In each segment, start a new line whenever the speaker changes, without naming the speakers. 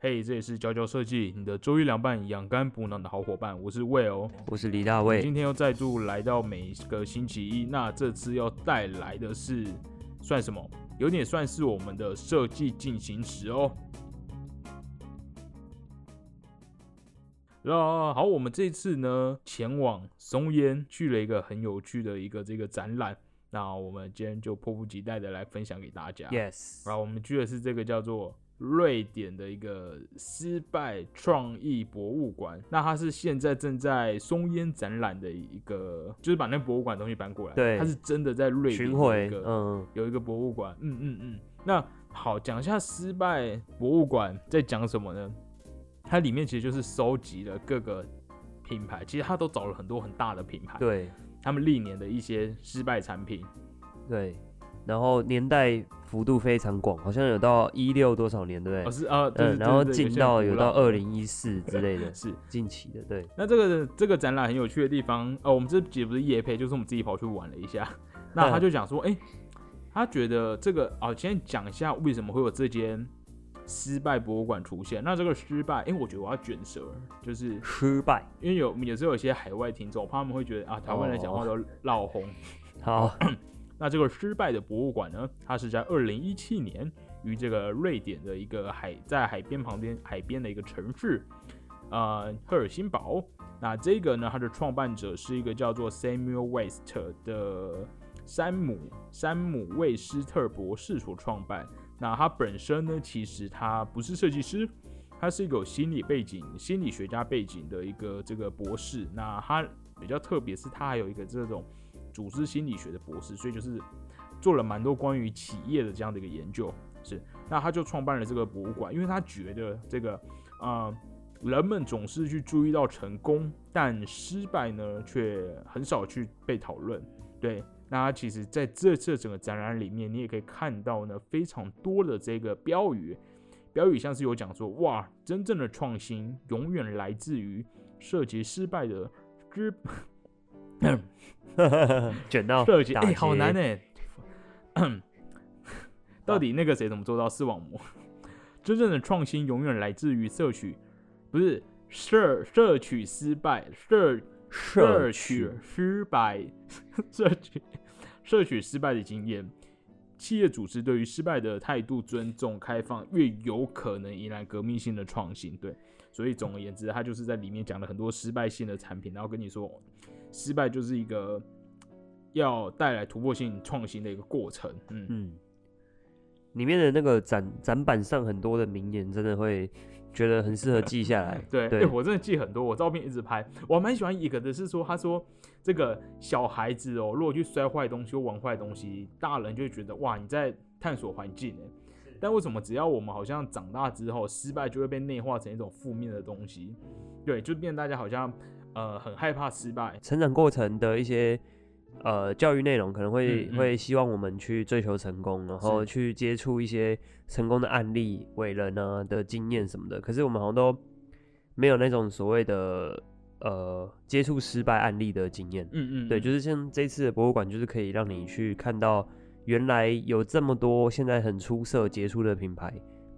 嘿、这里是佼佼设计，你的周一凉拌、养肝补脑的好伙伴，我是 Will。
我是李大
我们今
卫，
天又再度来到每个星期一，那这次要带来的是算什么？有点算是我们的设计进行时哦。那好，我们这次呢前往松烟去了一个很有趣的一个这个展览，那我们今天就迫不及待的来分享给大家。
，Yes，
然后我们去的是这个叫做瑞典的一个失败创意博物馆，那它是现在正在松烟展览的一个，就是把那博物馆的东西搬过来，
对
它是真的在瑞典有
巡
一
回，
个、
嗯，
有一个博物馆，嗯嗯嗯。那好，讲一下失败博物馆在讲什么呢？它里面其实就是收集了各个品牌，其实它都找了很多很大的品牌，
对
他们历年的一些失败产品，
对，然后年代幅度非常广，好像有到一六多少年，对
哦
不对？
是啊，对
嗯，然后进到有到二
零，
零一四之类 的
是。
近期的，对，
那这个这个展览很有趣的地方，呃，我们这集不是夜配，就是我们自己跑去玩了一下。 那他就讲说，哎、他觉得这个啊，先讲一下为什么会有这间失败博物馆出现。那这个失败，哎、我觉得我要卷舌，就是
失败，
因为有有时候有些海外听众，我怕他们会觉得啊，台湾人讲话都绕红。
好，
那这个失败的博物馆呢，它是在二零一七年于这个瑞典的一个海在海边旁边海边的一个城市，呃，赫尔辛堡。那这个呢，它的创办者是一个叫做 Samuel West 的山姆山姆魏斯特博士所创办。那他本身呢，其实他不是设计师，他是一个有心理背景、心理学家背景的一个这个博士。那他比较特别是，他还有一个这种组织心理学的博士，所以就是做了蛮多关于企业的这样的一个研究。是，那他就创办了这个博物馆，因为他觉得这个，呃，人们总是去注意到成功，但失败呢却很少去被讨论。对，那他其实在这次整个展览里面，你也可以看到呢非常多的这个标语，标语像是有讲说，哇，真正的创新永远来自于涉及失败的失
卷到
涉及，
打
哎、好
结
难哎、到底那个谁怎么做到视网膜？ 真正的创新永远来自于摄取，不是摄摄取失败，摄摄取
摄取，
失败，摄取摄取失败的经验。企业组织对于失败的态度尊重、开放，越有可能迎来革命性的创新。对，所以总而言之，他就是在里面讲了很多失败性的产品，然后跟你说，失败就是一个要带来突破性创新的一个过程。嗯，，
嗯，里面的那个展展板上很多的名言，真的会觉得很适合记下来
对，哎、
对
我真的记很多，我照片一直拍。我还蛮喜欢一个的是说，他说这个小孩子哦，如果去摔坏东西或玩坏东西，大人就会觉得哇，你在探索环境哎。但为什么只要我们好像长大之后，失败就会被内化成一种负面的东西？对，就变大家好像呃很害怕失败。
成长过程的一些呃教育内容，可能会、
嗯嗯
会希望我们去追求成功，然后
是
去接触一些成功的案例、伟人啊的经验什么的。可是我们好像都没有那种所谓的呃接触失败案例的经验。
嗯嗯，
对，就是像这次的博物馆，就是可以让你去看到原来有这么多现在很出色、杰出的品牌，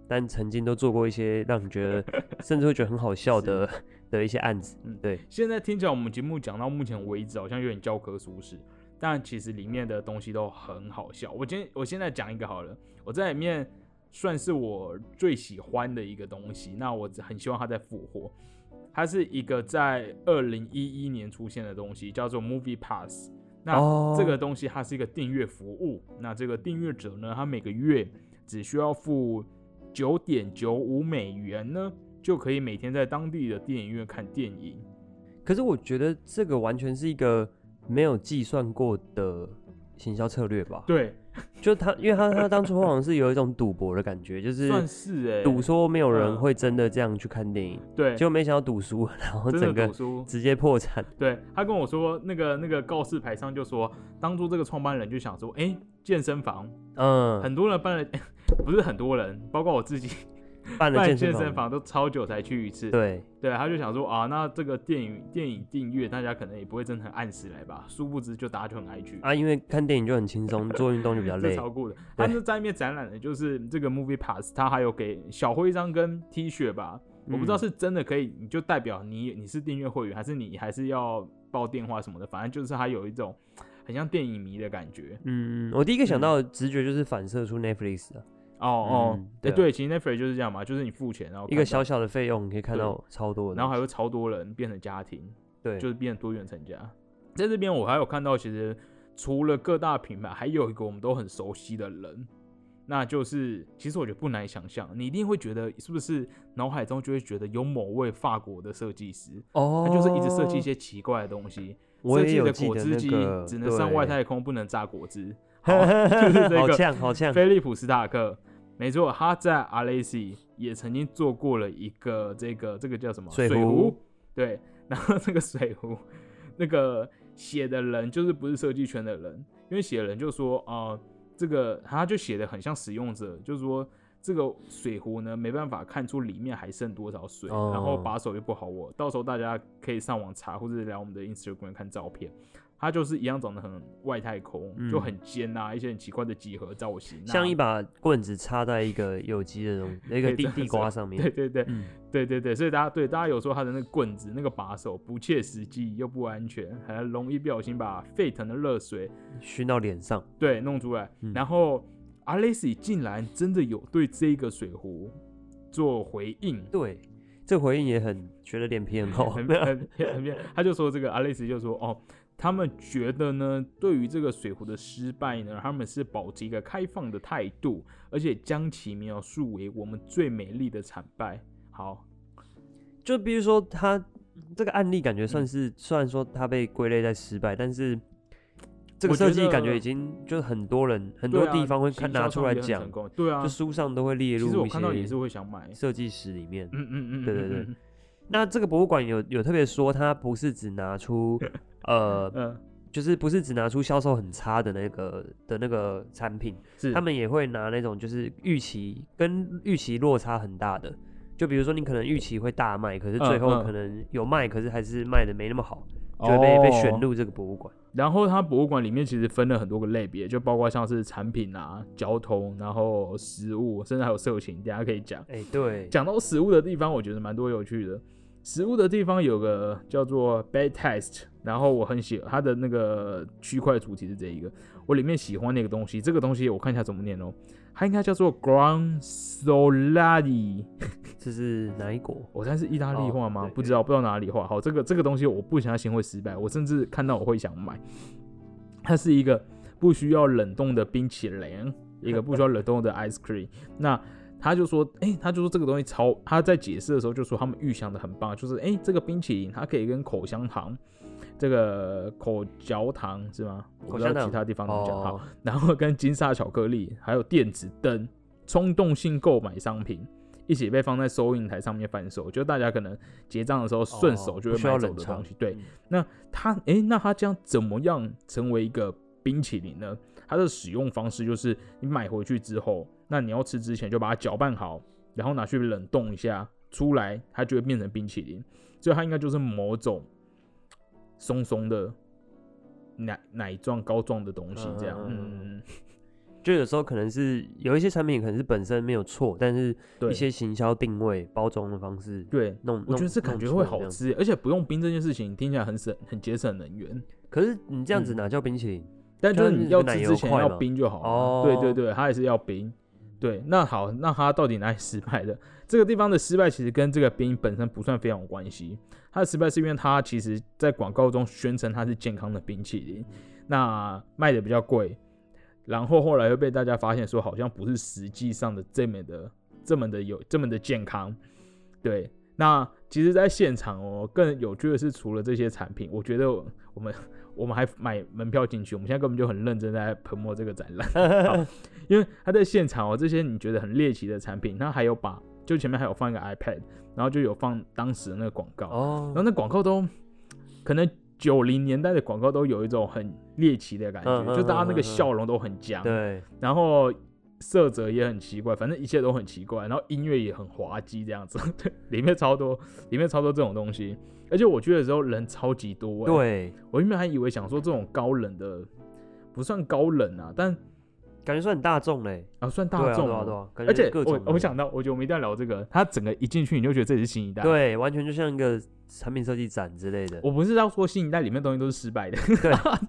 但曾经都做过一些让你 觉得甚至会觉得很好笑的的一些案子。
现在听起来我们节目讲到目前为止好像有点教科书式，但其实里面的东西都很好笑。我今天我现在讲一个好了，我在里面算是我最喜欢的一个东西，那我只很希望它再复活。它是一个在二零一一年出现的东西，叫做 Movie Pass。那
哦
这个东西它是一个订阅服务，那这个订阅者呢，他每个月只需要付九点九五美元呢，就可以每天在当地的电影院看电影。
可是我觉得这个完全是一个没有计算过的行销策略吧？
对，
就他，因为他他当初好像是有一种赌博的感觉，就是
算是哎、
赌说没有人
嗯
会真的这样去看电影，
对，
结果没想到赌输，然后整
真的
个
赌输。
直接破产。
对他跟我说，那个那个告示牌上就说，当初这个创办人就想说，哎、健身房
嗯，
很多人办了，不是很多人，包括我自己，
办了
办
健
健
房，
身房都超久才去一次。
对
对，他就想说啊，那这个电影电影订阅，大家可能也不会真的很按时来吧。殊不知，就大家就很爱去，
啊，因为看电影就很 轻松，做运动就比较
这
累。
超酷的。他
对
是在那边展览的，就是这个 Movie Pass，他还有给小徽章跟 T 恤吧。我不知道
嗯
是真的可以，你就代表你你是订阅会员，还是你还是要报电话什么的，反正就是他有一种很像电影迷的感觉。
嗯，我第一个想
嗯
到的直觉就是反射出 Netflix 啊，
哦哦，
嗯
哎、
对啊
对，其实 Netflix 就是这样嘛，就是你付钱，然后
一
看
个小
到，
小的费用你可以看
对
到超多的东西，
然后还有超多人变成家庭，
对，
就是变成多元成家。在这边我还有看到，其实除了各大品牌，还有一个我们都很熟悉的人，那就是其实我觉得不难想象，你一定会觉得是不是脑海中就会觉得有某位法国的设计师，
哦，
他就是一直设计一些奇怪的东西，
我
设
也
计
有
的
记
果
得
汁
那
机
个
只能上外，
对
太空，不能榨果 汁。好就是这个
好呛好呛，
菲利普·斯塔克，没错，他在阿雷西也曾经做过了一个这个这个叫什么
水壶
壶？对，然后这个水壶，那个写的人就是不是设计圈的人，因为写的人就说，呃，这个他就写的很像使用者，就是说这个水壶呢没办法看出里面还剩多少水，
哦
然后把手又不好握，到时候大家可以上网查或者来我们的 Instagram 看照片。他就是一样长得很外太空，
嗯
就很尖啊，一些很奇怪的几何造型、啊，
像一把棍子插在一个有机的东那个
对
地
真的
地
是
瓜上
对
面，
对对
嗯，
对对对，所以大家对大家有说他的那个棍子、那个把手不切实际又不安全，还容易不小心把沸腾的热水
熏到脸上，
对弄出来。
嗯
然后阿雷西竟然真的有对这个水壶做回应，
对，这回应也很觉得脸皮很厚，
很很很很，他就说这个阿雷斯就说哦，他们觉得呢，对于这个水壶的失败呢，他们是保持一个开放的态度，而且将其描述为我们最美丽的惨败。好，
就比如说他这个案例，感觉算是、虽然说他被归类在失败，但是这个
我觉
设计
得
感觉已经就很多人很
对
多
啊
地方会看、
行销
拿出
上
来
也很
讲
成，功对啊
就，书上都会列
其实
入
我
一
看到也是
些
会想买，
设计史里面。
嗯嗯嗯，
对对
嗯
对
嗯
那这个博物馆有有特别说，它不是只 拿出呃，
嗯，
就是不是只拿出销售很差的那个的那个产品，
是
他们也会拿那种就是预期跟预期落差很大的，就比如说你可能预期会大卖，可是最
嗯
后
嗯
可能有卖，可是还是卖的没那么好，就会被、被选。
哦
入这个博物馆。
然后它博物馆里面其实分了很多个类别，就包括像是产品啊、交通，然后食物，甚至还有色情，大家可以讲。
哎、对，
讲到食物的地方，我觉得蛮多有趣的。食物的地方有个叫做 Bad Test，然后我很喜它的那个区块主题是这一个，我里面喜欢那个东西，这个东西我看一下怎么念哦，它应该叫做 Gran Solari，
这是哪一国？
我猜是意大利话吗？
哦对
不知道，不知道哪里话。好，这个这个东西我不相信会失败，我甚至看到我会想买。 它是一个不需要冷冻的冰淇淋，一个不需要冷冻的 ice cream。那他就说，哎、他就说这个东西超，他在解释的时候就说他们预想的很棒，就是哎、诶这个冰淇淋它可以跟口香糖，这个口嚼糖是吗？我不知道
口香糖
其他地方怎么讲。好
哦，，
然后跟金沙巧克力，还有电子灯，冲动性购买商品一起被放在收银台上面贩售，就大家可能结账的时候顺手就
哦不
会
需
买
要
走
冷
的
藏
东西。对
嗯，
那它诶，那它这样怎么样成为一个冰淇淋呢？它的使用方式就是你买回去之后，那你要吃之前就把它搅拌好，然后拿去冷冻一下，出来它就会变成冰淇淋。所以它应该就是某种松松的奶奶状膏状的东西，这样。
嗯嗯嗯
嗯，
就有时候可能是有一些产品可能是本身没有错，但是
对
一些行销定位、包装的方式
对，
弄，
我觉得
弄
这感觉
弄错
会
这
好
样
吃，而且不用冰这件事情听起来很省，很节省能源。
可是你这样子
嗯
哪叫冰淇淋？
但就
就是是
你要
奶
吃
油
之前
块
要
嘛
冰就好了。
哦
对对对，它也是要冰。对，那好，那它到底哪里 失败的？这个地方的失败其实跟这个冰本身不算非常有关系。它的失败是因为它其实在广告中宣称它是健康的冰淇淋，那卖的比较贵，然后后来又被大家发现说好像不是实际上的这么的这么的有这么的健康。对，那其实，在现场哦，更有趣的是，除了这些产品，我觉得我们我们还买门票进去，我们现在根本就很认真在喷墨这个展览， 好因为他在现场哦，这些你觉得很猎奇的产品，他还有把就前面还有放一个 iPad，然后就有放当时的那个广告，
哦
然后，那广告都可能九零年代的广告都有一种很猎奇的感觉，
嗯嗯
就大家那
嗯
个
嗯
笑容都很僵，
对，
然后色泽也很奇怪，反正一切都很奇怪，然后音乐也很滑稽，这样子， 对，里面超多，里面超多这种东西，而且我去的时候人超级多、欸，，
对，
我原本还以为想说这种高冷的不算高冷啊，但
感觉算很大众嘞，
啊算
对
大
啊
众
对
哦、
啊对啊，感
而
觉
且
各种
我
的
我想啊到，我觉得我们一定要聊这个，他整个一进去你就觉得这里是新一代，，
对，完全就像一个产品设计展之类的。
我不是要说新一代里面东西都是失败的，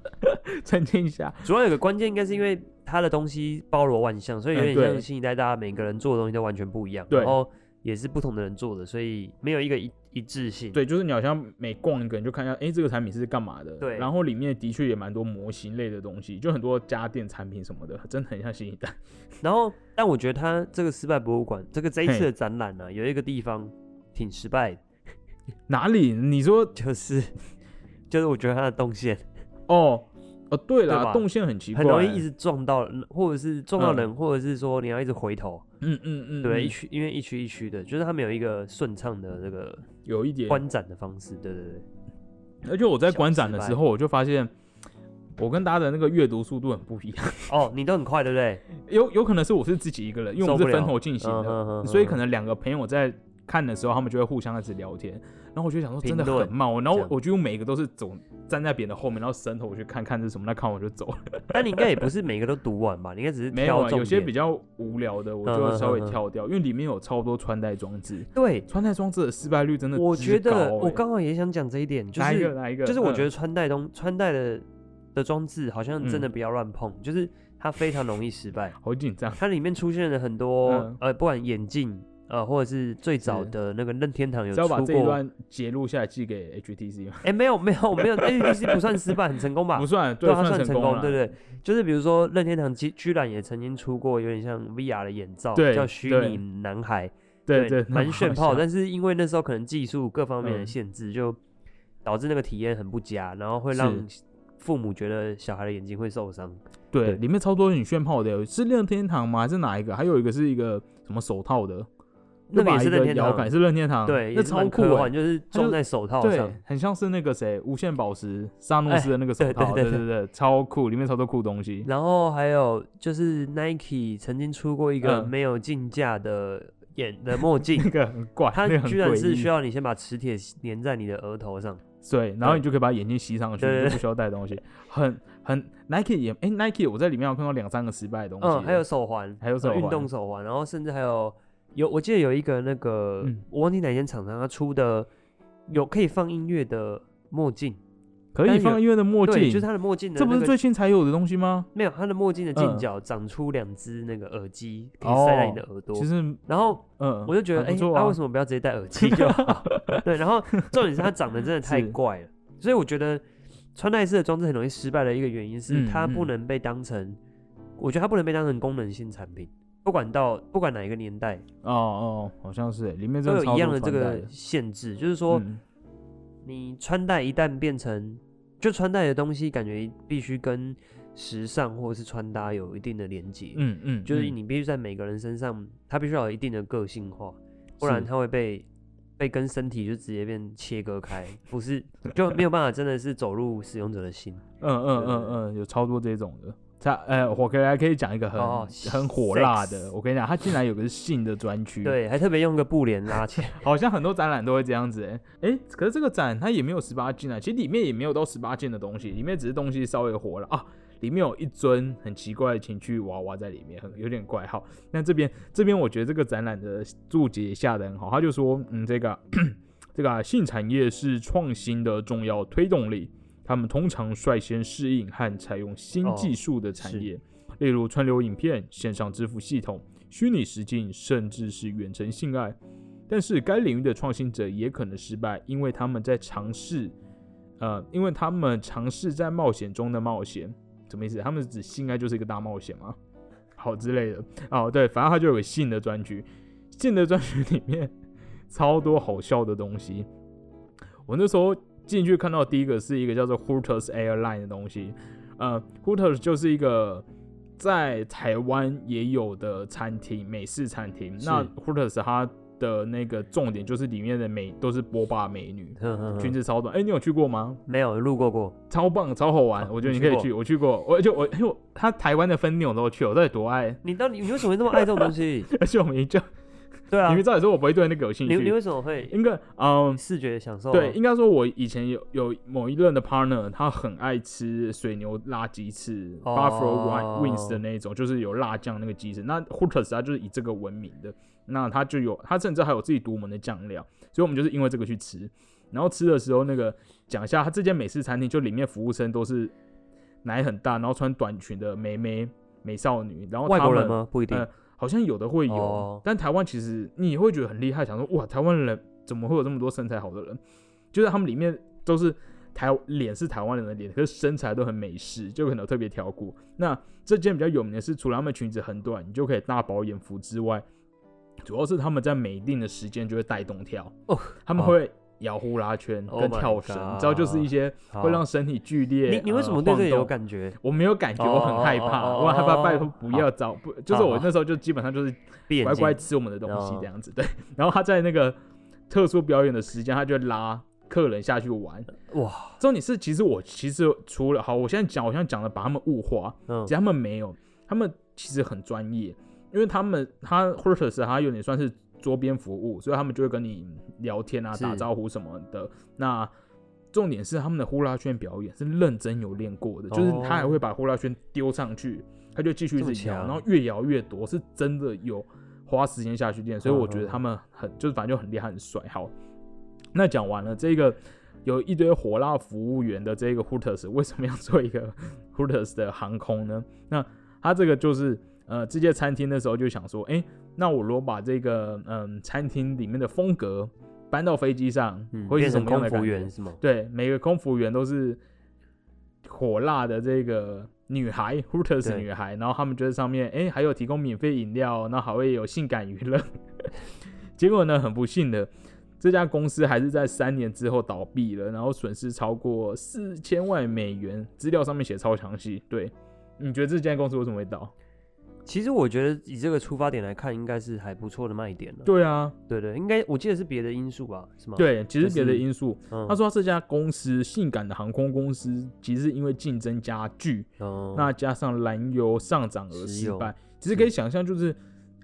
澄清一下，
主要有个关键，应该是因为它的东西包罗万象，所以有
嗯
点
对
像新一代，大家每个人做的东西都完全不一样，
对
然后也是不同的人做的，所以没有一个一一致性。
对，就是你好像每逛一个，你就看一下，哎、这个产品是干嘛的？
对
然后里面的确也蛮多模型类的东西，就很多家电产品什么的，真的很像新一代。
然后，但我觉得它这个失败博物馆，这个这一次
嘿
的展览呢、啊有一个地方挺失败的，
哪里？你说
就是就是我觉得它的动线
哦哦，对
对
啦，
吧
动线很奇怪，
很容易一直撞到人，或者是撞到人，或者是说你要一直回头，
嗯嗯嗯，
对，一
嗯，
区因为一区一区的，就是它没有一个顺畅的这个
有一点。
观展的方式，对对对。
而且我在
小
观展
失
的
败
时候，我就发现我跟大家的那个阅读速度很不一样，
哦，你都很快，对不对？
有有可能是我是自己一个人，因为我
受
们
不
是
了
分头进行
嗯
的，
哼哼
所以可
哼
能两个朋友在。看的时候，他们就会互相一直聊天，然后我就想说真的
评论
很慢，我然后
这样
我我就每个都是走站在别人的后面，然后伸头我去看看是什么，那看我就走了。
但你应该也不是每个都读完吧？你应该只是
没有
挑
啊，
重
有些
点
比较无聊的，我
嗯
就
嗯
稍微
嗯嗯
跳掉，因为里面有超多穿戴装置，
对。
穿戴装置的失败率真的
我
之
觉得
高
我
欸
刚好也想讲这一点，就
哪一个嗯
是
哪一个，
就是我觉
得
得穿戴东穿戴的的装置好
嗯
像真的不要乱碰，就是它非常容易失败。
好紧张，
它里面出现了很多
啊嗯
呃，不管眼镜呃，或者是最早
是
的那个任天堂有
只要把
出
这一
过，
段截录下来寄给 HTC 嘛，
哎，没有没有没有，HTC 不算失败，很成功吧
不？算，
对，它
啊算
算成
功了，
对对，就是比如说任天堂居居然也曾经出过有点像 VR 的眼罩，
对
叫虚
对
拟男孩，
对对，
蛮炫炮，
的，
但是因为那时候可能技术各方面的
嗯
限制，就导致那个体验很不佳，然后会
是
让父母觉得小孩的眼睛会受伤。对
对，里面超多很炫炮的，是任天堂吗？还是哪一个？还有一个是一个什么手套的，
那个也
把
是
一
任
个
天
摇
堂
杆是任天堂，
对，
那
也是
超
蛮
酷
科
欸
幻，就是装在手套
对
上。，
很像是那个谁无限宝石沙诺
哎
斯的那个手
对对
套，
对
对
对
对对，超酷，里面超多酷东西。
然后还有就是 Nike 曾经出过一个
嗯
没有镜架的眼的墨镜
那，个很怪，
它
那个很
居然
诡
是
异
需要你先把磁铁粘在你的额头上。
对，然后你就可以把眼镜吸上去，
对对
你
对
就不需要带东西，很很 Nike 也哎 Nike 我在里面有看到两三个失败的东西了，
嗯，还有手环，
还有
呃
手
运
环
动手环，然后甚至还有有，我记得有一个那个、
嗯
我忘记哪间厂商他出的有可以放音乐的墨镜，
可以
但
放
有
音乐的墨镜，
对，就是他的墨镜的、
这
那
不
个，
是最新才有的东西吗？
没有他的墨镜的镜
嗯
角长出两只那个耳机，可以塞在你的耳朵。
哦其实
然后
嗯，
我就觉得，哎、
还不
他、
错啊
为什么不要直接戴耳机 就好？对，然后重点是它长得真的太
是
怪了，所以我觉得穿戴式的装置很容易失败的一个原因是
嗯
它
嗯
不能被当成，我觉得它不能被当成功能性产品，不管到不管哪一个年代
哦哦，好像是里面
都
真
有
超
一样
多
的这
穿戴
个
的
限制，就是说
嗯
你穿戴一旦变成就穿戴的东西，感觉必须跟时尚或者是穿搭有一定的连接，
嗯嗯，
就是
嗯
你必须在每个人身上，它必须要有一定的个性化，不
是
然它会被被跟身体就直接变切割开，不是就没有办法真的是走入使用者的心。
嗯嗯
对对
嗯嗯，有超多这种的。他呃，我给大家可以讲一个很、
哦
很火辣
sex
的，我跟你讲，他竟然有个是性的专区，，
对，还特别用个布帘 拉起来。
好像很多展览都会这样子、欸，哎、可是这个展它也没有十八禁啊，其实里面也没有到十八禁的东西，里面只是东西稍微火了啊，里面有一尊很奇怪的情趣娃娃在里面，很有点怪好，那这边这边我觉得这个展览的注解下的很好，他就说，嗯，这个 这个、啊、性产业是创新的重要推动力，他们通常率先适应和采用新
哦
技术的产
是
业，例如串流影片、线上支付系统、虚拟实境，甚至是远程性爱。但是该领域的创新者也可能失败，因为他们在尝试，呃，因为他们尝试在冒险中的冒险，什么意思？他们指性爱就是一个大冒险吗？好之类的哦，对，反正他就有个性的专区，性的专区 里面超多好笑的东西。我那时候进去看到第一个是一个叫做 Hooters Airline 的东西，呃，Hooters 就是一个在台湾也有的餐厅，美式餐厅。那
是
Hooters 它的那个重点就是里面的美都是波霸美女，
哼哼
裙
哼，
子超短。哎、你有去过吗？
嗯没有路过过，
超棒，超好玩，
哦
我觉得
你
你
去
可以
过
去。我去过，我就我因为我他台湾的分店我都去，我到底多爱？
你到底你为什么会那么爱这种东西？
而且我们一就
对啊
你，们照理说我不会对那个有兴
你你
趣，
为什么会哦
应该嗯。
视觉享受？
对，，应该说，我以前有有某一任的 partner，他很爱吃水牛辣鸡翅、
哦
buffalo wing- wings 的那一种，就是有辣酱那个鸡翅。那 Hooters 它就是以这个闻名的，那他就有，他甚至还有自己独门的酱料，所以我们就是因为这个去吃。然后吃的时候，那个讲一下，他这间美式餐厅就里面服务生都是奶很大，然后穿短裙的美眉美少女，然后
啊外
他
国人
们
吗？不一定。
呃好像有的会有，
哦
但台湾其实你也会觉得很厉害，想说哇，台湾人怎么会有这么多身材好的人？就是他们里面都是台脸是台湾人的脸，可是身材都很美式，就可能有特别挑过。那这件比较有名的是，除了他们裙子很短，你就可以大饱眼福之外，主要是他们在每一定的时间就会带动跳，
哦
他们
哦
会摇呼啦圈
Oh
跟
my
跳绳你知道就是一些
好
会让身体剧烈。
你你为什
呃
么对这
晃
个有
动
感觉？
我没有感觉，
哦
我很害怕，
哦哦
我很害
哦
怕，
哦
拜托不要找不，就是我那时候就基本上就是
闭眼
乖
睛
乖吃我们的东西这样
哦
子，对。然后他在那个特殊表演的时间，他就拉客人下去玩。
哇，
重点是，其实我其实除了好，我现在讲，我现在讲的把他们物化，
嗯
其实他们没有，他们其实很专业，因为他们他 Hortus 他有点算是桌边服务，所以他们就会跟你聊天啊、
是
打招呼什么的。那重点是他们的呼啦圈表演是认真有练过的，就是他还会把呼啦圈丢上去，他就继续一
哦这么
直摇，
强
然后越摇越多，是真的有花时间下去练，所以我
嗯
觉得他们很就是反正就很厉害很帅。好，那讲完了这个。有一堆火辣服务员的这个 Hooters 为什么要做一个 Hooters 的航空呢？那他这个就是呃，这些餐厅那时候就想说，哎、那我如果把这个嗯餐厅里面的风格搬到飞机上，
嗯，
会是
变
什
成
么样
空
的
服
感
员
觉？
是吗？
对，每个空服员都是火辣的这个女孩，Hooters
对
女孩，然后他们就在上面，哎、还有提供免费饮料，然后还会有性感娱乐。 结果呢，很不幸的，这家公司还是在三年之后倒闭了，然后损失超过四千万美元，资料上面写超详细。对，你觉得这间公司为什么会倒？
其实我觉得以这个出发点来看，应该是还不错的卖点了。
对啊，
对对，应该我记得是别的因素吧？是吗？，
对，其实
就
别的
嗯是
因素，
嗯
他，说他这家公司性感的航空公司，其实是因为竞争加剧，
嗯
那加上燃油上涨而
石
失
油
败。其实可以想象，就是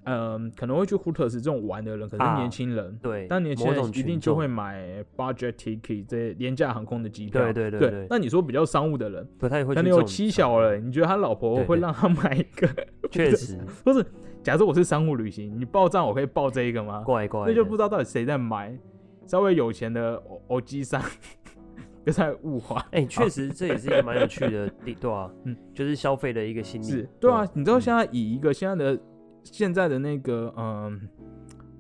嗯、可能会去 Hooters 这种玩的人，可能是
啊
年轻人，
对，
但年轻
某
人
种
一
群
定就
众
会买 budget ticket 这些廉价航空的机票。
对对对对
那你说比较商务的人，
不太会
可
去
能
这
有
种
妻
场
小
合，
了，你觉得他老婆
对
会
对
让他买一个？
确实
不是，假设我是商务旅行，你报账我可以报这一个吗？
怪怪的，
那就不知道到底谁在买。稍微有钱的欧欧基 桑就在物化，
哎，确实这也是一个蛮有趣的地，对啊，
嗯，
就是消费的一个心理，
是对啊。你知道
嗯
现在以一个现在的现在的那个嗯，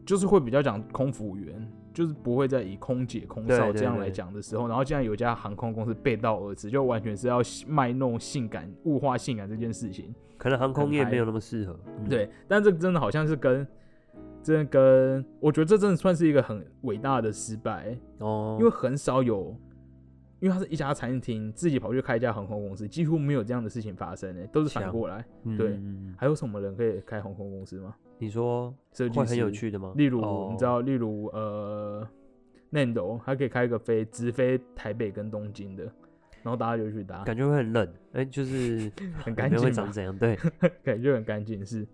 就是会比较讲空服员，就是不会再以空姐、空
对
少
对
这样
对
来讲的时候，然后现在有一家航空公司背道而驰，就完全是要卖弄性感、物化性感这件事情。
可能航空
很
业
嗨
没有那么适合，嗯，
对，但这个真的好像是跟。真的跟我觉得这真的算是一个很伟大的失败、
哦，
因为很少有，因为它是一家餐厅自己跑去开一家航空公司，几乎没有这样的事情发生诶、欸都是反
强
过来。
嗯
对，
嗯嗯
还有什么人可以开航空公司吗？
你说
设计
会
师
很有，趣的吗？
例如、
哦
你知道，例如呃，Nando，他可以开一个飞直飞台北跟东京的，然后大家就去搭，
感觉会很冷，哎、就是
很
感
干
觉会
净
长
嘛，
怎样？对，
感觉很干净是。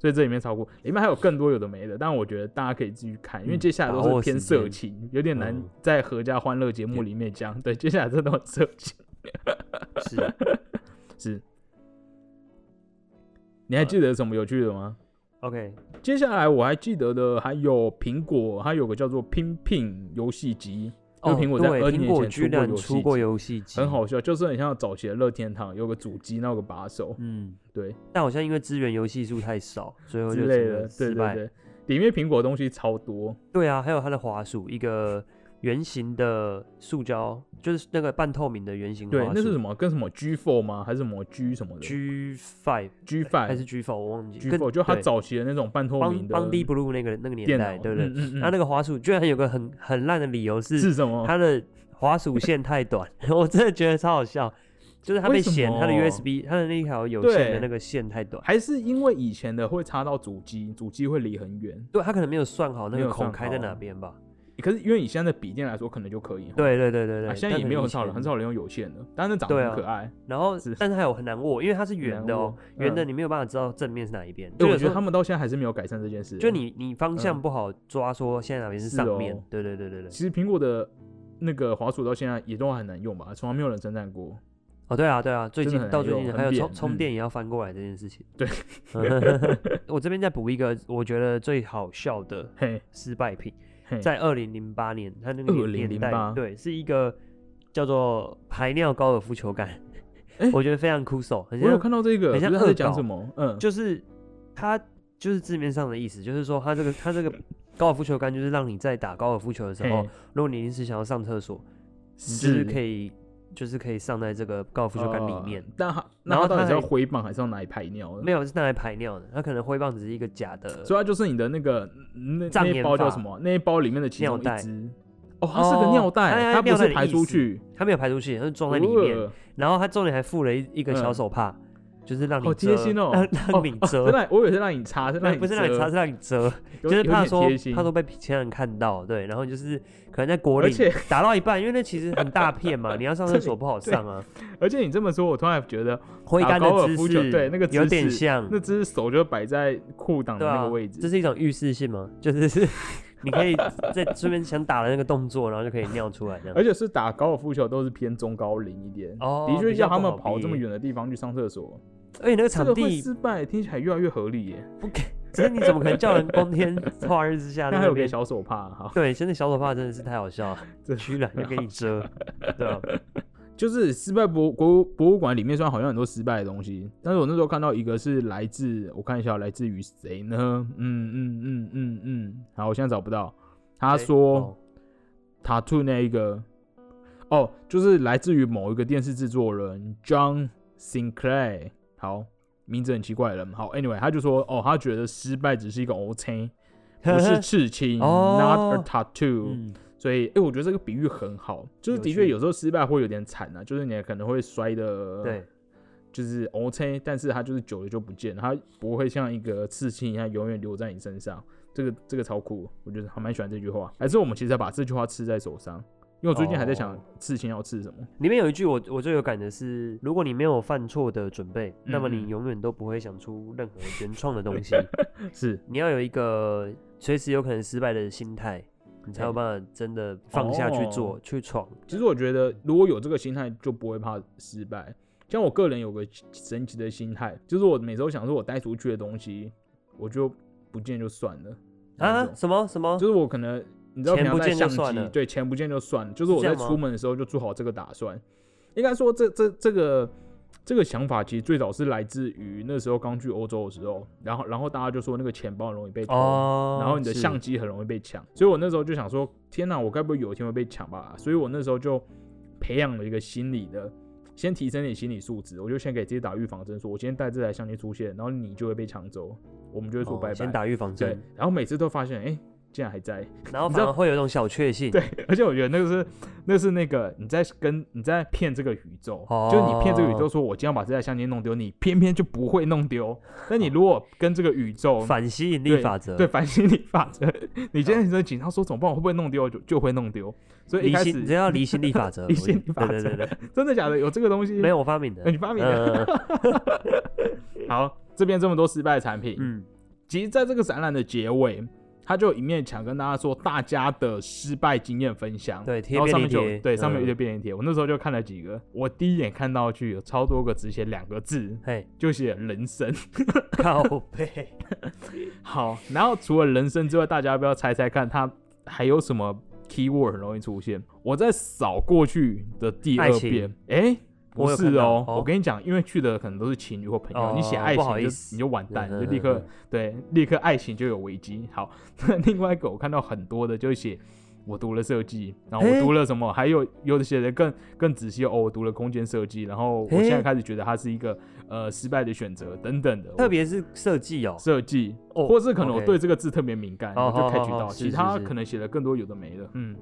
所以这里面超过，里面还有更多有的没的，但我觉得大家可以继续看，因为
嗯
接下来
把
都
握
是偏
时间
色情，有点难
嗯
在合家欢乐节目里面讲。对，接下来真的很色情。
是
是。你
呃
还记得什么有趣的吗？
OK，
接下来我还记得的还有苹果，它有个叫做拼拼游戏机，因为苹果在
哦对
20
苹
年
果
前出过
居然
游
出
戏
过
机
游戏机，
很，好笑，就是很像早期的乐天堂有个主机，那有个把手，
嗯，
对
但好像因为资源游戏数太少，最后
之
就
类
整个
的，对
失败
对。对，里面苹果的东西超多，
对啊，还有它的滑鼠，一个圆形的塑胶，就是那个半透明的圆形滑
对
鼠，，
那是什么？跟什么 G Four 吗？还是什么 G 什么的
嗯 G Five
G
还
Five
是 G Four，我忘记。
哎 G
跟
Four，就它
对
早期的那种半透明
邦
的
邦迪 Blue 那个那个年
电
代，
脑，
对不对？
嗯嗯
它
嗯
那个滑鼠居然有个很很烂的理由是
是什么？
它的滑鼠线太短，我真的觉得超好笑。就是它
为
被
什
显它的
么
USB，它的那条有线
对
的那个线太短，
还是因为以前的会插到主机，主机会离很远。
对，它可能没有算好那
没
个
有
孔
算
开在哪
好
边吧。
可是因为以现在的笔电来说，可能就可以。，
对对对对对，
啊，现在
但
也
可
没有
能
很
以
少人
前
很。少人用有线的，但是长
对
得
啊
很可爱。
然后
是，
但是它有很难握，因为它是圆的哦、
很难握
圆的
嗯
你没有办法知道正面是哪一边。
对，
有
我
时
觉得
候
他们到现在还是没有改善这件事。
就，你你方向
嗯
不好抓，说现在哪边是
是
上面
哦？
对对对对对。
其实苹果的那个滑鼠到现在也都很难用吧，从来没有人称赞过。
哦，对啊，对啊，最
真的
近
很
到
难
最
用
近
很
还有充
扁
充
嗯
电也要翻过来这件事情。嗯
对，
我这边再补一个，我觉得最好笑的
嘿，
失败品，
嘿
在二零零八年，它那个年年代，
2008
对，是一个叫做排尿高尔夫球杆，
哎
我觉得非常酷手，很
我有
像
看到这个，
很像
不知道他
恶
在讲
搞
什么？嗯，
就是它就是字面上的意思，就是说它这个 它这个高尔夫球杆就是让你在打高尔夫球的时候
嘿，
如果你临时想要上厕所，你哦就是是可以就是可以上在这个高尔夫球杆里面。
呃但他那
然后
他到
他
底是要
还
挥棒还是要拿来排尿呢？
没有，是拿来排尿的。它可能挥棒只是一个假的，
所以它就是你的那个那
障
那
眼
一包叫
法
什么？那一包里面的其中
尿袋
一只。哦，它是个尿
哦哎哎
袋，它
尿
不
袋
是
的
排
意
出
思
去，
它没有排出去，它是装在里面。
呃
然后它重点还附了一一个小
嗯
手帕，就是让你
好贴
遮
心哦
让让你
真
遮，
的，我以为是让你擦，是让
不是让你擦，是让你遮，
有，
就
有
是怕
点
说
贴心
怕说被其他人看到，对。然后就是可能在国
而
里
且
打到一半，因为那其实很大片 嘛，你要上厕所不好上啊。
而且你这么说，我突然觉得
挥
打
杆的
高尔
姿
夫球
势
对那个
有
姿
点
势
像，
那只手就摆在裤裆的
嗯对
那个
啊
位，
这
置，
是一种预示性嘛，就是 你可以在顺便想打的那个动作，然后就可以尿出来这样。
而且是打高尔夫球都是偏中高龄一点，
哦，
的确
比较
叫他
不
们
好
跑这么
憋
远的地方去上厕所，
而哎且那
这
个场
个会
地，
失败，听起来越来越合理耶。
只是你 怎么可能叫人光天化日之下
那
在
还
那
有给
边？
小手帕哈，
对，现在小手帕真的是太好笑了，
真
居然就给你遮，对啊，
就是失败博国博物馆里面虽然好像很多失败的东西，但是我那时候看到一个是来自，我看一下来自于谁呢？嗯嗯嗯嗯嗯，好，我现在找不到。他
谁
说。
哦
塔兔那一个，哦，就是来自于某一个电视制作人 John Sinclair。好，名字很奇怪的人。好，Anyway，他就说，哦，他觉得失败只是一个 O K，不 是刺青、
哦
n o t a tattoo、
嗯，
所以，哎、我觉得这个比喻很好，就是
有
的
趣
确有时候失败会有点惨啊，就是你可能会摔的，
对，
就是 O K，但是它就是久了就不见了，它不会像一个刺青一样永远留在你身上。这个这个超酷，我觉得还蛮喜欢这句话。还是我们其实要把这句话刺在手上，因为我最近还在想
哦
刺青要刺什 么。
里面有一句我我最有感的是，如果你没有犯错的准备，那么
嗯
你
嗯
永远都不会想出任何原创的 东西。
是
你要有一个随时有可能失败的心态，你才有
对
办法真的放下去做、
哦
去闯。
其实我觉得如果有这个心态，就不会怕失败。像我个人有个神奇的心态，就是我每次都想说我带出去的东西，我就不见就算了那
啊
种？
什么什么
就？是我可能你知道
钱
平常
不
带
见就
相
算了
机，对，钱不见就算了，就是
这
我在
样吗
出门的时候就做好这个打算。应该说这，这这个这个想法其实最早是来自于那时候刚去欧洲的时候，然后然后大家就说那个钱包很容易被偷。
哦，
然后你的
是
相机很容易被抢，所以我那时候就想说，天哪，我该不会有一天会被抢吧？所以我那时候就培养了一个心理的，先提升点心理素质，我就先给自己打预防针，说我今天带这台相机出现，然后你就会被抢走，我们就会说
哦
拜拜。
先打预防
对
针，，
然后每次都发现，哎、竟然还在，
然后
你
反
知
而
道
会有一种小确幸。
对，而且我觉得那个是，那是那个你在跟你在骗这个宇宙，
哦
就是你骗这个宇宙说，我今天要把这台相机弄丢，你偏偏就不会弄 丢。但你如果跟这个宇宙
反吸引力法则，
对反心理法 则，你今天很紧张说怎么办，我会不会弄丢，就就会弄丢。所以一
离
开
心，你
始
知道离心力法则 吗，
离心力法
对对
则
对对，
真的假的有这个东西？
没有我发明的
呃，， 你发明的。
嗯
好，这边这么多失败的产品，
嗯，
其实在这个展览的结尾，他就有一面墙跟大家说大家的失败经验分享。
对贴
然后上
便利
面就有
贴，
对上面有一些
嗯，
便利贴，我那时候就看了几个，我第一眼看到去有超多个只写两个字，
嘿，
就写人生。
靠背，
好，然后除了人生之外，大家要不要猜猜看它还有什么 keyword 很容易出现？我在扫过去的第二
爱情
遍，哎、不
我有看
是
到
哦，
哦
我跟你讲，因为去的可能都是情侣或朋友，你写
哦
爱
不
情
好
你
意
就
思
你就完蛋，
嗯
你就立刻、
嗯嗯
对，立刻爱情就有危机。好， 另外一个我看到很多的就写我读了设计，然后我
诶
读了什么，还有有的写的更更仔细哦，我读了空间设计，然后我
诶
现在开始觉得它是一个呃失败的选择等等的，
特别是设计哦，
设计，
哦
或是可能我
OK
对这个字特别敏感，
哦
我就
好
catch
好好
到，
是
其他
是是
可能写的更多有的没的。嗯，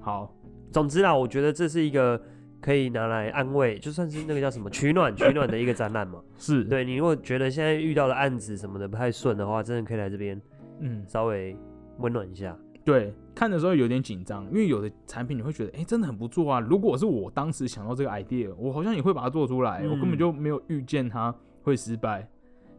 好，
总之啦，我觉得这是一个可以拿来安慰，就算是那个叫 什么取暖取暖的一个展览嘛。
是，，
对你如果觉得现在遇到的案子什么的不太顺的话，真的可以来这边
嗯，
稍微温暖一下。
对，看的时候有点紧张，因为有的产品你会觉得，哎、真的很不错啊。如果是我当时想到这个 idea，我好像也会把它做出来，我根本
嗯
就没有预见它会失败，就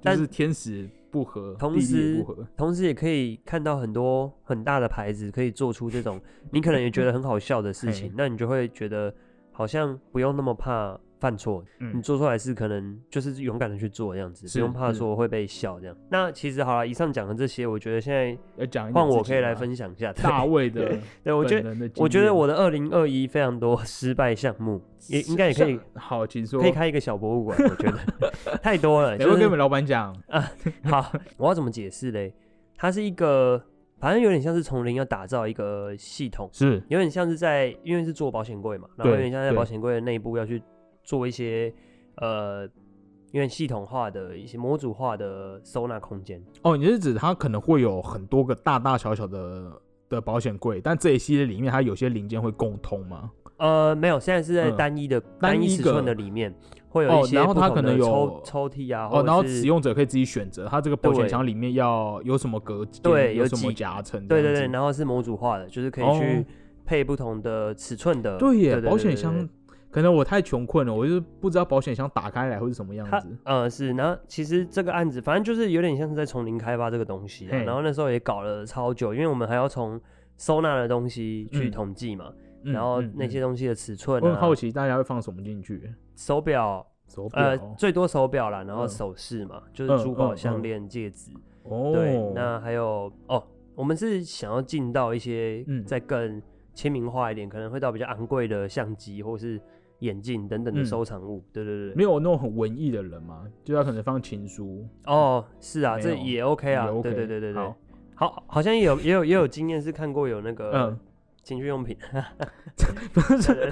但
是天时不合，
同
地利也
时
不合，
同时也可以看到很多很大的牌子可以做出这种你可能也觉得很好笑的事情
嘿，
那你就会觉得好像不用那么怕犯错，你
嗯，
做出来是可能就是勇敢的去做这样子，
是嗯
不用怕
是
说会被笑这样。那其实好了，以上讲的这些，我觉得现在
要讲一点
换
自
我
己
可以来
吧
分享一下。对
大卫的
对我
本
觉得
人的经验，
我觉得我的二零二一非常多 失败项目，也应该也可以
像。好，请说，
可以开一个小博物馆，我觉得太多了。
等会
就是
跟你们老板讲，
好，我要怎么解释嘞？它是一个，反正有点像是从零要打造一个系统，
是
有点像是在，因为是做保险柜嘛，然
对
后有点像在
对
保险柜的内部要去做一些呃，有点系统化的一些模组化的收纳空间。
哦，你是指它可能会有很多个大大小小的的保险柜，但这一系列里面它有些零件会共通吗？
呃，没有，现在是在
嗯
单一的、
单
单一
一
尺
个
寸的里面，会有
哦
一些
然后
不
它
同
可能
的抽
有
抽屉啊，
哦，然后
或者是
使用者可以自己选择它这个保险
对
箱里面要有什么隔间，
对
有
有
什么
几
夹层这
对
样
对
子，
对，然后是模组化的，就是可以
哦
去配不同的尺寸的。
对耶，保
对
险
对
箱可能我太穷困了，我就是不知道保险箱打开来会是什么样
他
子。
呃是，然后其实这个案子反正就是有点像是在从零开发这个东西啊、
嘿
然后那时候也搞了超久，因为我们还要从收纳的东西去
嗯
统计嘛，
嗯
然后
嗯
那些
嗯
东西的尺寸
我很
啊，
好奇大家会放什么进去？
手表
手表、
呃最多手表啦，然后
嗯
首饰嘛，就
嗯
是珠
嗯
宝、
嗯
项链、戒指，
哦，
对，那还有哦，我们是想要进到一些
嗯
再更亲民化一点，可能会到比较昂贵的相机或是眼镜等等的
嗯
收藏物，对对对对
没有那种很文艺的人嘛，就他可能放情书，
哦，是啊，
没
这
有
也 OK 啊
也，OK，
对对对对对
好。
好，好像也有也有也有经验是看过有那个
嗯，
情趣用品，
不是
对对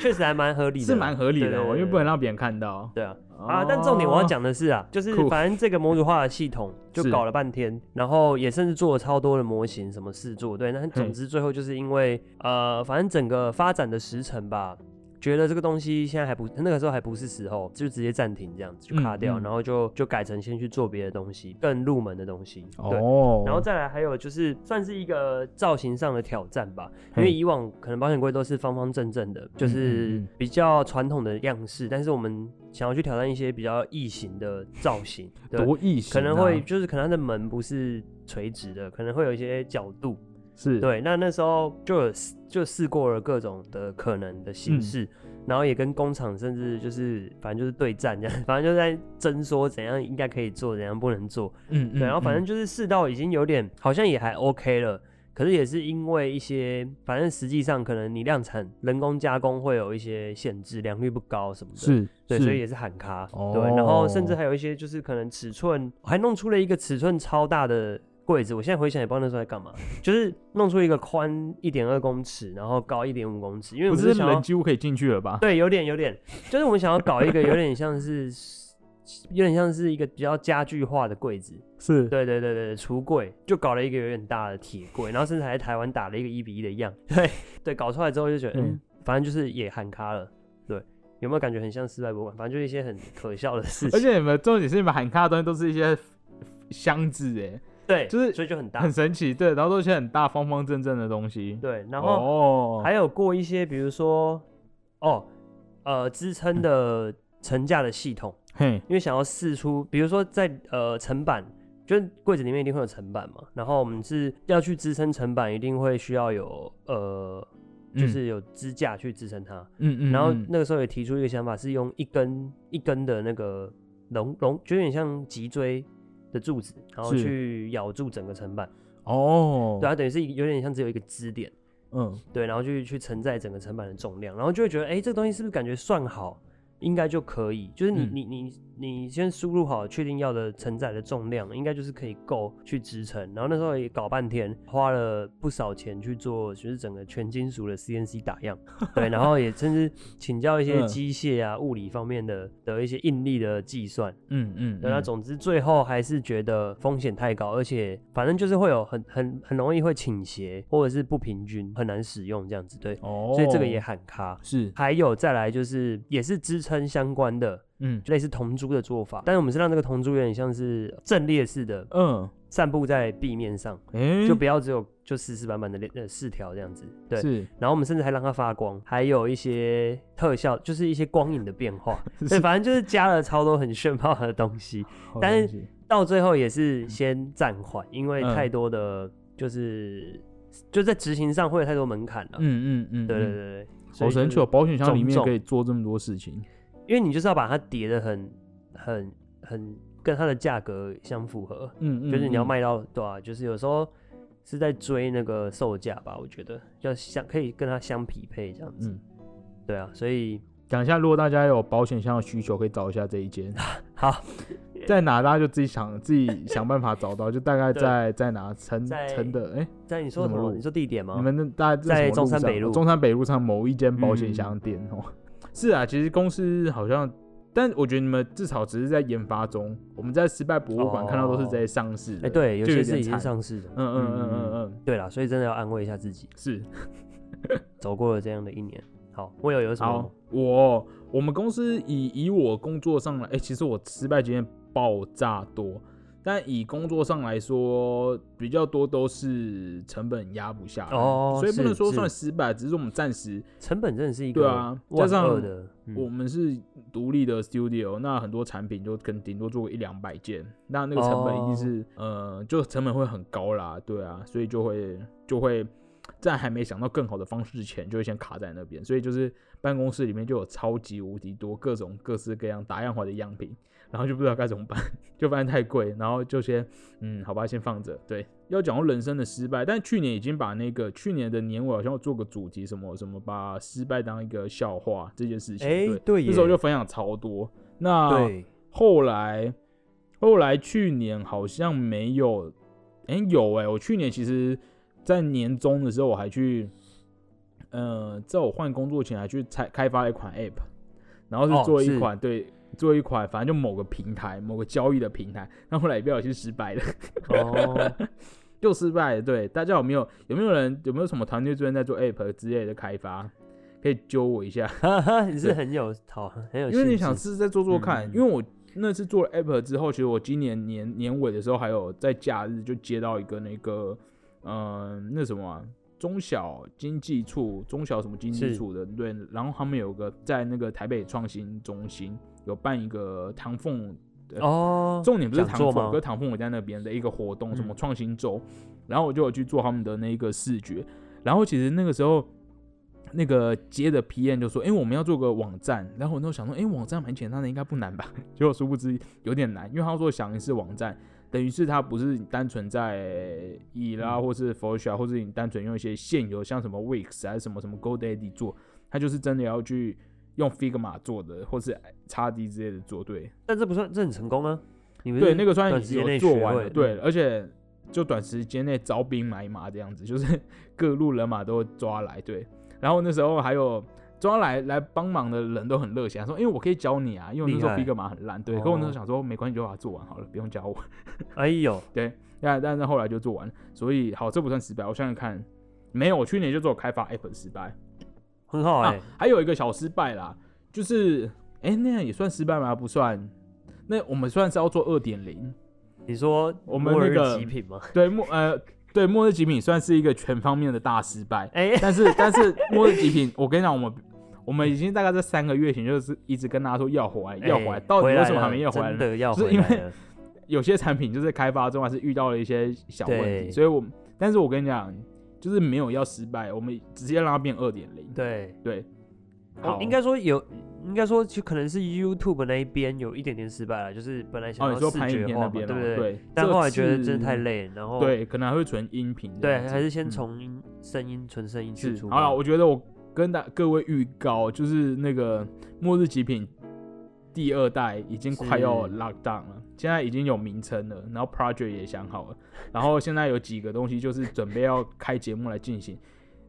确实还蛮合理的啦，
是蛮合理
对
的
对
哦，
对
因为不能让别人看到
对啊啊。但重点我要，讲的
哦
是啊，就是
酷
反正这个模组化的系统就是搞了半天，然后也甚至做了超多的模型，什么事做对，那
嗯
总之最后就是因为呃，反正整个发展的时程吧。觉得这个东西现在还不，那个时候还不是时候，就直接暂停这样子，就卡
嗯
掉，
嗯
然后就就改成先去做别的东西，更入门的东西。
哦
对，
哦，
然后再来还有就是算是一个造型上的挑战吧，
嘿
因为以往可能保险柜都是方方正正的，就
嗯
是
嗯
比较传统的样式，但是我们想要去挑战一些比较异形的造型，对，
多异形啊
可能会就是可能它的门不是垂直的，可能会有一些角度，
是，
对，那那时候就有试就试过了各种的可能的
嗯
形式，然后也跟工厂甚至就是反正就是对战这样，反正就在争说怎样应该可以做，怎样不能做，
嗯，嗯
对，然后反正
嗯
就是试到已经有点好像也还 OK 了，可是也是因为一些反正实际上可能你量产人工加工会有一些限制，良率不高什么的，
是，
对，
是
所以也是喊卡，
哦
对，然后甚至还有一些就是可能尺寸还弄出了一个尺寸超大的。柜子，我现在回想也不知道那时候在干嘛，就是弄出一个宽一点二公尺，然后高一点五公尺，因为我
不
们
是
想要
人几乎可以进去了吧？
对，有点有点，就是我们想要搞一个有点像是有点像是一个比较家具化的柜子，
是，
对对对对，对橱柜就搞了一个有点大的铁柜，然后甚至还在台湾打了一个一比一的样。 对对，搞出来之后就觉得，嗯，
嗯
反正就是也喊卡了。对，有没有感觉很像失败博物馆？反正就是一些很可笑的事
而
情。
且你们重点是你们喊卡的东西都是一些箱子哎，
对，
就是
所以就很大
很。神奇，对，然后都是一些很大方方正正的东西，
对，然
哦
后
后
还有过一些，比如说，哦，呃，支撑的层架的系统，
嘿，
因为想要试出，比如说在呃层板，就是柜子里面一定会有层板嘛，然后我们是要去支撑层板，一定会需要有呃就
嗯
是有支架去支撑它。
嗯嗯，
然后
嗯
那个时候也提出一个想法，是用一根一根的那个龙龙，就有点像脊椎的柱子，然后
是
去咬住整个层板。
哦，
对，啊它等于是有点像只有一个支点，
嗯，
对，然后去去承载整个层板的重量，然后就会觉得，哎、这个东西是不是感觉算好？应该就可以，就是你、
嗯
你你你先输入好确定要的承载的重量，应该就是可以够去支撑。然后那时候也搞半天，花了不少钱去做，就是整个全金属的 CNC 打 样，对，然后也甚至请教一些
嗯
机械啊、物理方面的的一些应力的计算。
嗯嗯，
对，那
嗯
总之最后还是觉得风险太高，而且反正就是会有很很很容易会倾斜，或者是不平均，很难使用这样子，对，
哦，
所以这个也喊卡。
是
还有再来就是也是支撑相关的，
嗯
就类似铜珠的做法，但是我们是让这个铜珠有点像是阵列式的
嗯，
散布在地面上，
诶，
就不要只有就死死板板的列呃四条这样子，对。
是
然后我们甚至还让它发光，还有一些特效，就是一些光影的 变化，对，
是
反正就是加了超多很炫炮的东西。
好
但
东
是
西
到最后也是先暂缓，因为
嗯
太多的就是、就在执行上会有太多门槛了、
嗯嗯嗯，
对对
嗯，
对对，
好神奇哦，
球，
保险箱里
种
面
种
可以做这么多事情。
因为你就是要把它叠的很很很跟它的价格相符合，
嗯嗯，
就是你要
嗯
卖到多少、就是有时候是在追那个售价吧，我觉得要相可以跟它相匹配这样子。
嗯
对啊，所以
讲一下，如果大家有保险箱的需求，可以找一下这一间
好
在哪，大家就自己想自己想办法找到，就大概
对
在在哪城
在
城的哎，
在你说
怎
什
么
么？
录
你说地点吗？
你们那大家
在
什么
中山
上
北
哦
路嗯
中山北路上某一间保险箱店哦。是啊，其实公司好像，但我觉得你们至少只是在研发中，我们在失败博物馆看到都是在上市
哎、
的。
对，有
就
些
有
是
点
已经
惨
上市的。
嗯嗯嗯嗯嗯，
对啦，所以真的要安慰一下自己。
是。
走过了这样的一年。好，我有有什
好
么？，
我我们公司以以我工作上来，哎、其实我失败经验爆炸多，但以工作上来说，比较多都是成本压不下来
哦
所以不能
是
说
是
算失败，只是我们暂时
成本真的是一个
对啊，加
万恶
上
的，嗯
我们是独立的 studio，那很多产品就跟顶多做个一两百件，那那个成本一定是、呃，就成本会很高啦，对啊，所以就会就会在还没想到更好的方式前，就会先卡在那边，所以就是办公室里面就有超级无敌多各种各式各样打样化的样品，然后就不知道该怎么办， 就发现太贵，然后就先嗯，好吧，先放着。对，要讲到人生的失败，但去年已经把那个去年的年尾好像有做个主题，什么什么把失败当一个笑话这件事情，
哎
对，
对
那时候
耶
就啊分享超多。那
对
后来后来去年好像没有，哎、有哎、我去年其实，在年终的时候我还去，呃，在我换工作前还去开开发了一款 app，然后
哦
是做一
是
款、对。做一款，反正就某个平台、某个交易的平台，那后来也不小心失败了，
哦，
又失败了。对，大家有没有有没有人有没有什么团队最近在做 App 之类的开发？可以揪我一下，
哈哈你是很有好很有兴
因
致，
为你想试试再做做看。
嗯
因为我那次做了 App 之后，其实我今年年年尾的时候，还有在假日就接到一个那个，嗯、那什么啊、中小经济处、中小什么经济
是
处的对，然后他们有个在那个台北创新中心有办一个唐凤
哦，
重点不是
讲
唐
座
凤，
吗
跟唐凤我在那边的一个活动，什么
嗯
创新周，然后我就有去做他们的那个视觉，然后其实那个时候。那个接的 PM 就说：“哎、我们要做个网站。”然后我那时候想说：“哎、网站蛮简单的，应该不难吧？” 结果殊不知有点难，因为他说想一次网站，等于是他不是单纯在以
嗯
拉或是 Photoshop，或是你单纯用一些现有像什么 Wix 还是什么什么 GoDaddy 做，他就是真的要去用 Figma 做的，或是 XD 之类的做。对，
但这不算，这很成功啊。你不是
对，那个算
短时间
有
内
做
学
完
会嗯
了，对，而且就短时间内招兵买马这样子，就是 各路人马都抓来，对。然后那时候还有抓来来帮忙的人都很热心，他说：“因、为我可以教你啊，因为我那时候
厉害
Figma 很烂，对。”可我那时候
哦
想说，没关系，就把它做完好了，不用教我。
哎呦，
那但是后来就做完了，所以好，这不算失败。我想想看，没有，我去年就做开发 app 的失败
很好
啊
哎，，
还有一个小失败啦，就是哎、那样也算失败吗？不算。那我们算是要做二点零，
你说
我们
末
那
日
个
极品吗？
对末呃对末日极品算是一个全方面的大失败，
哎，
但是但 是末日极品，我跟你讲，我们我们已经大概在三个月前就是一直跟大家说要回来要回来，
哎
到底为
了
什么还没要回来
真
呢？
的要
就是
回
因
来
为
了，
有些产品就是开发中还是遇到了一些小问题，
对
所以我们但是我跟你讲，就是没有要失败，我们直接让它变二点零，
对，
对，
哦
好，
应该说有。应该说，就可能是 YouTube 那一边有一点点失败了，就是本来想
哦
要
你说
视
拍影
觉
片
化
那
嘛，
边
对不
哦
对？
对，
但
这
后来觉得
次
真的太累，然后
对，可能还会存音频这
对
样，子，
还是先
嗯
从音声音纯声音去
是
出。哦
好了，我觉得我跟大各位预告，就是那个《末日极品》第二代已经快要
是
lock down 了，现在已经有名称了，然后 project 也想好了，然后现在有几个东西就是准备要开节目来进行，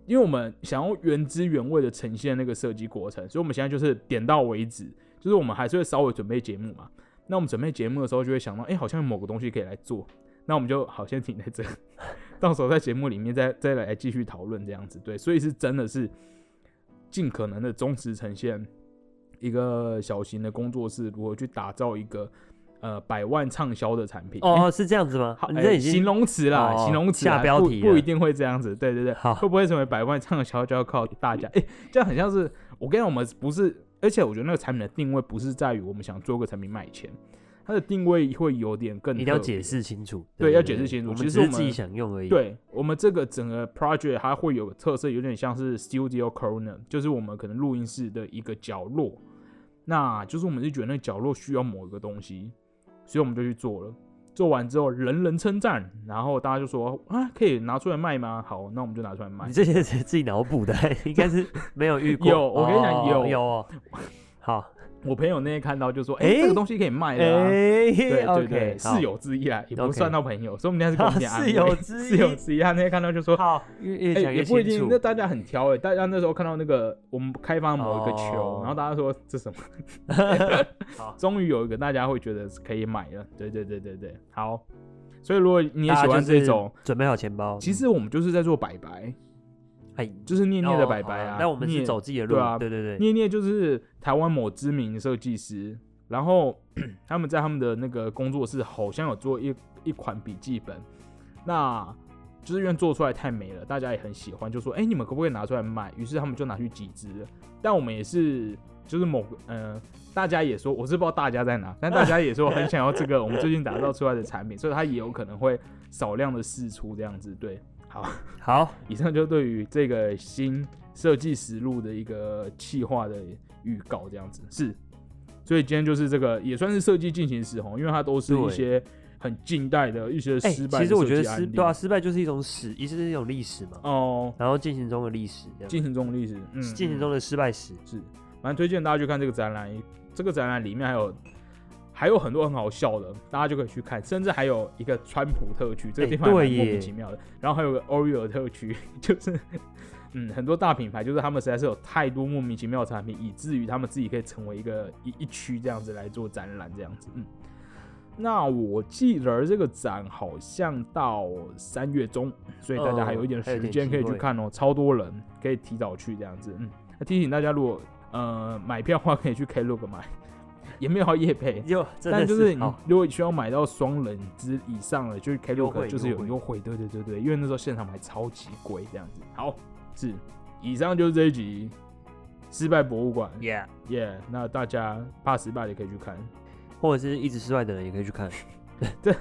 因为我们想要原汁原味的呈现那个设计过程，所以我们现在就是点到为止，就是我们还是会稍微准备节目嘛。那我们准备节目的时候就会想到，哎、好像有某个东西可以来做，那我们就好先停在这， 到时候在节目里面再再来继续讨论这样子。对，所以是真的是尽可能的忠实呈现一个小型的工作室如何去打造一个呃百万畅销的产品。
哦，是这样子吗
好，？
你
哎
这已
形
经
容词啦，
哦
形容词啦
下标题
不不
了
一定会这样子，对对对，
好
会不会成为百万畅销就要靠大家？哎、这样很像是我跟你讲，我们不是，而且我觉得那个产品的定位不是在于我们想做个产品卖钱，它的定位会有点更
一定要
特别
解释清楚，
对
对，
要
对
解释清楚
我们
其
只
实
是
我
自己
们
想用而已。，
对我们这个整个 project 它会有个特色，有点像是 studio corner，就是我们可能录音室的一个角落。那就是我们就觉得那个角落需要某一个东西，所以我们就去做了。做完之后，人人称赞，然后大家就说啊，可以拿出来卖吗？好，那我们就拿出来卖
你。这些是自己脑补的，应该是没有遇过。
有我跟你讲
哦
有
有哦。 好，
我朋友那天看到就说，哎、
诶
这个东西可以卖的、啊。
哎，
对对
OK，
对，
好
室友之一啊，也不
OK
算到朋友，所以我们现在是共 同点安慰。
室友之
室友
一
之一，啊他那天看到就说，
好，越越
哎、
讲
也
越
不一
清
定。
楚
那。大家很挑哎、大家那时候看到那个我们开发某一个球，
哦
然后大家说这 什么？
好
终于有一个大家会觉得是可以买了。对对对对对，好。所以如果 你也
大
喜
家
欢
就
这
是嗯
种，
准备好钱包。
其实我们就是在做摆白，
哎，
就是念念的摆白
哦
啊
好。那我们
聂
是走自己的路
对啊，
对对对。
念念就是台湾某知名设计师，然后 他们在他们的那个工作室好像有做一一款笔记本，那就是因为做出来太美了，大家也很喜欢，就说哎、诶你们可不可以拿出来卖？于是他们就拿去集资了。但我们也是就是某个呃，大家也说我是不知道大家在哪，但大家也说很想要这个我们最近打造出来的产品，所以它也有可能会少量的试出这样子。对，好。
好，
以上就对于这个新设计实录的一个企划的预告，这样子是。所以今天就是这个也算是设计进行时哦，因为它都是一
对
些很近代的一些
哎，
失败
其
的
实我觉
设
得
计案
失
例。
对啊，失败就是一种史，也是一种历史嘛。
哦，
然后进行中的历史，这样
进行中的历史，嗯，
进行中的失败史。
是蛮推荐大家去看这个展览。这个展览里面还有还有很多很好笑的，大家就可以去看，甚至还有一个川普特区，这个
哎
地方也蛮
对
莫名
耶
其妙的。然后还有个 Oreo 特区，就是嗯，很多大品牌就是他们实在是有太多莫名其妙的产品，以至于他们自己可以成为一个一一区这样子来做展览这样子。嗯，那我记得这个展好像到三月中，所以大家
嗯
还有一点
还有
时
点
间可以
机
去
会
看哦，超多人可以提早去这样子。嗯，那提醒大家，如果呃买票的话，可以去 Klook 买，也没有要夜配。
哟，真的哦
但就是你
好
如果需要买到双人之以上的，就是
优惠
Klook 就是有
优惠
优惠，对对对对，因为那时候现场买超级贵这样子。好，是，以上就是这一集失败博物馆，耶、
，Yeah，
那大家怕失败的可以去看，
或者是一直失败的人也可以 去看，对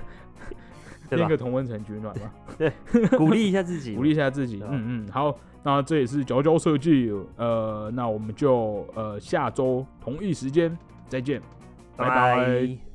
那
吧
个？同温层取暖吧，
鼓励一下自己，
鼓励一下自己
对。啊
嗯嗯，好，那这也是佼佼设计，呃，那我们就呃下周同一时间再见，拜
拜拜。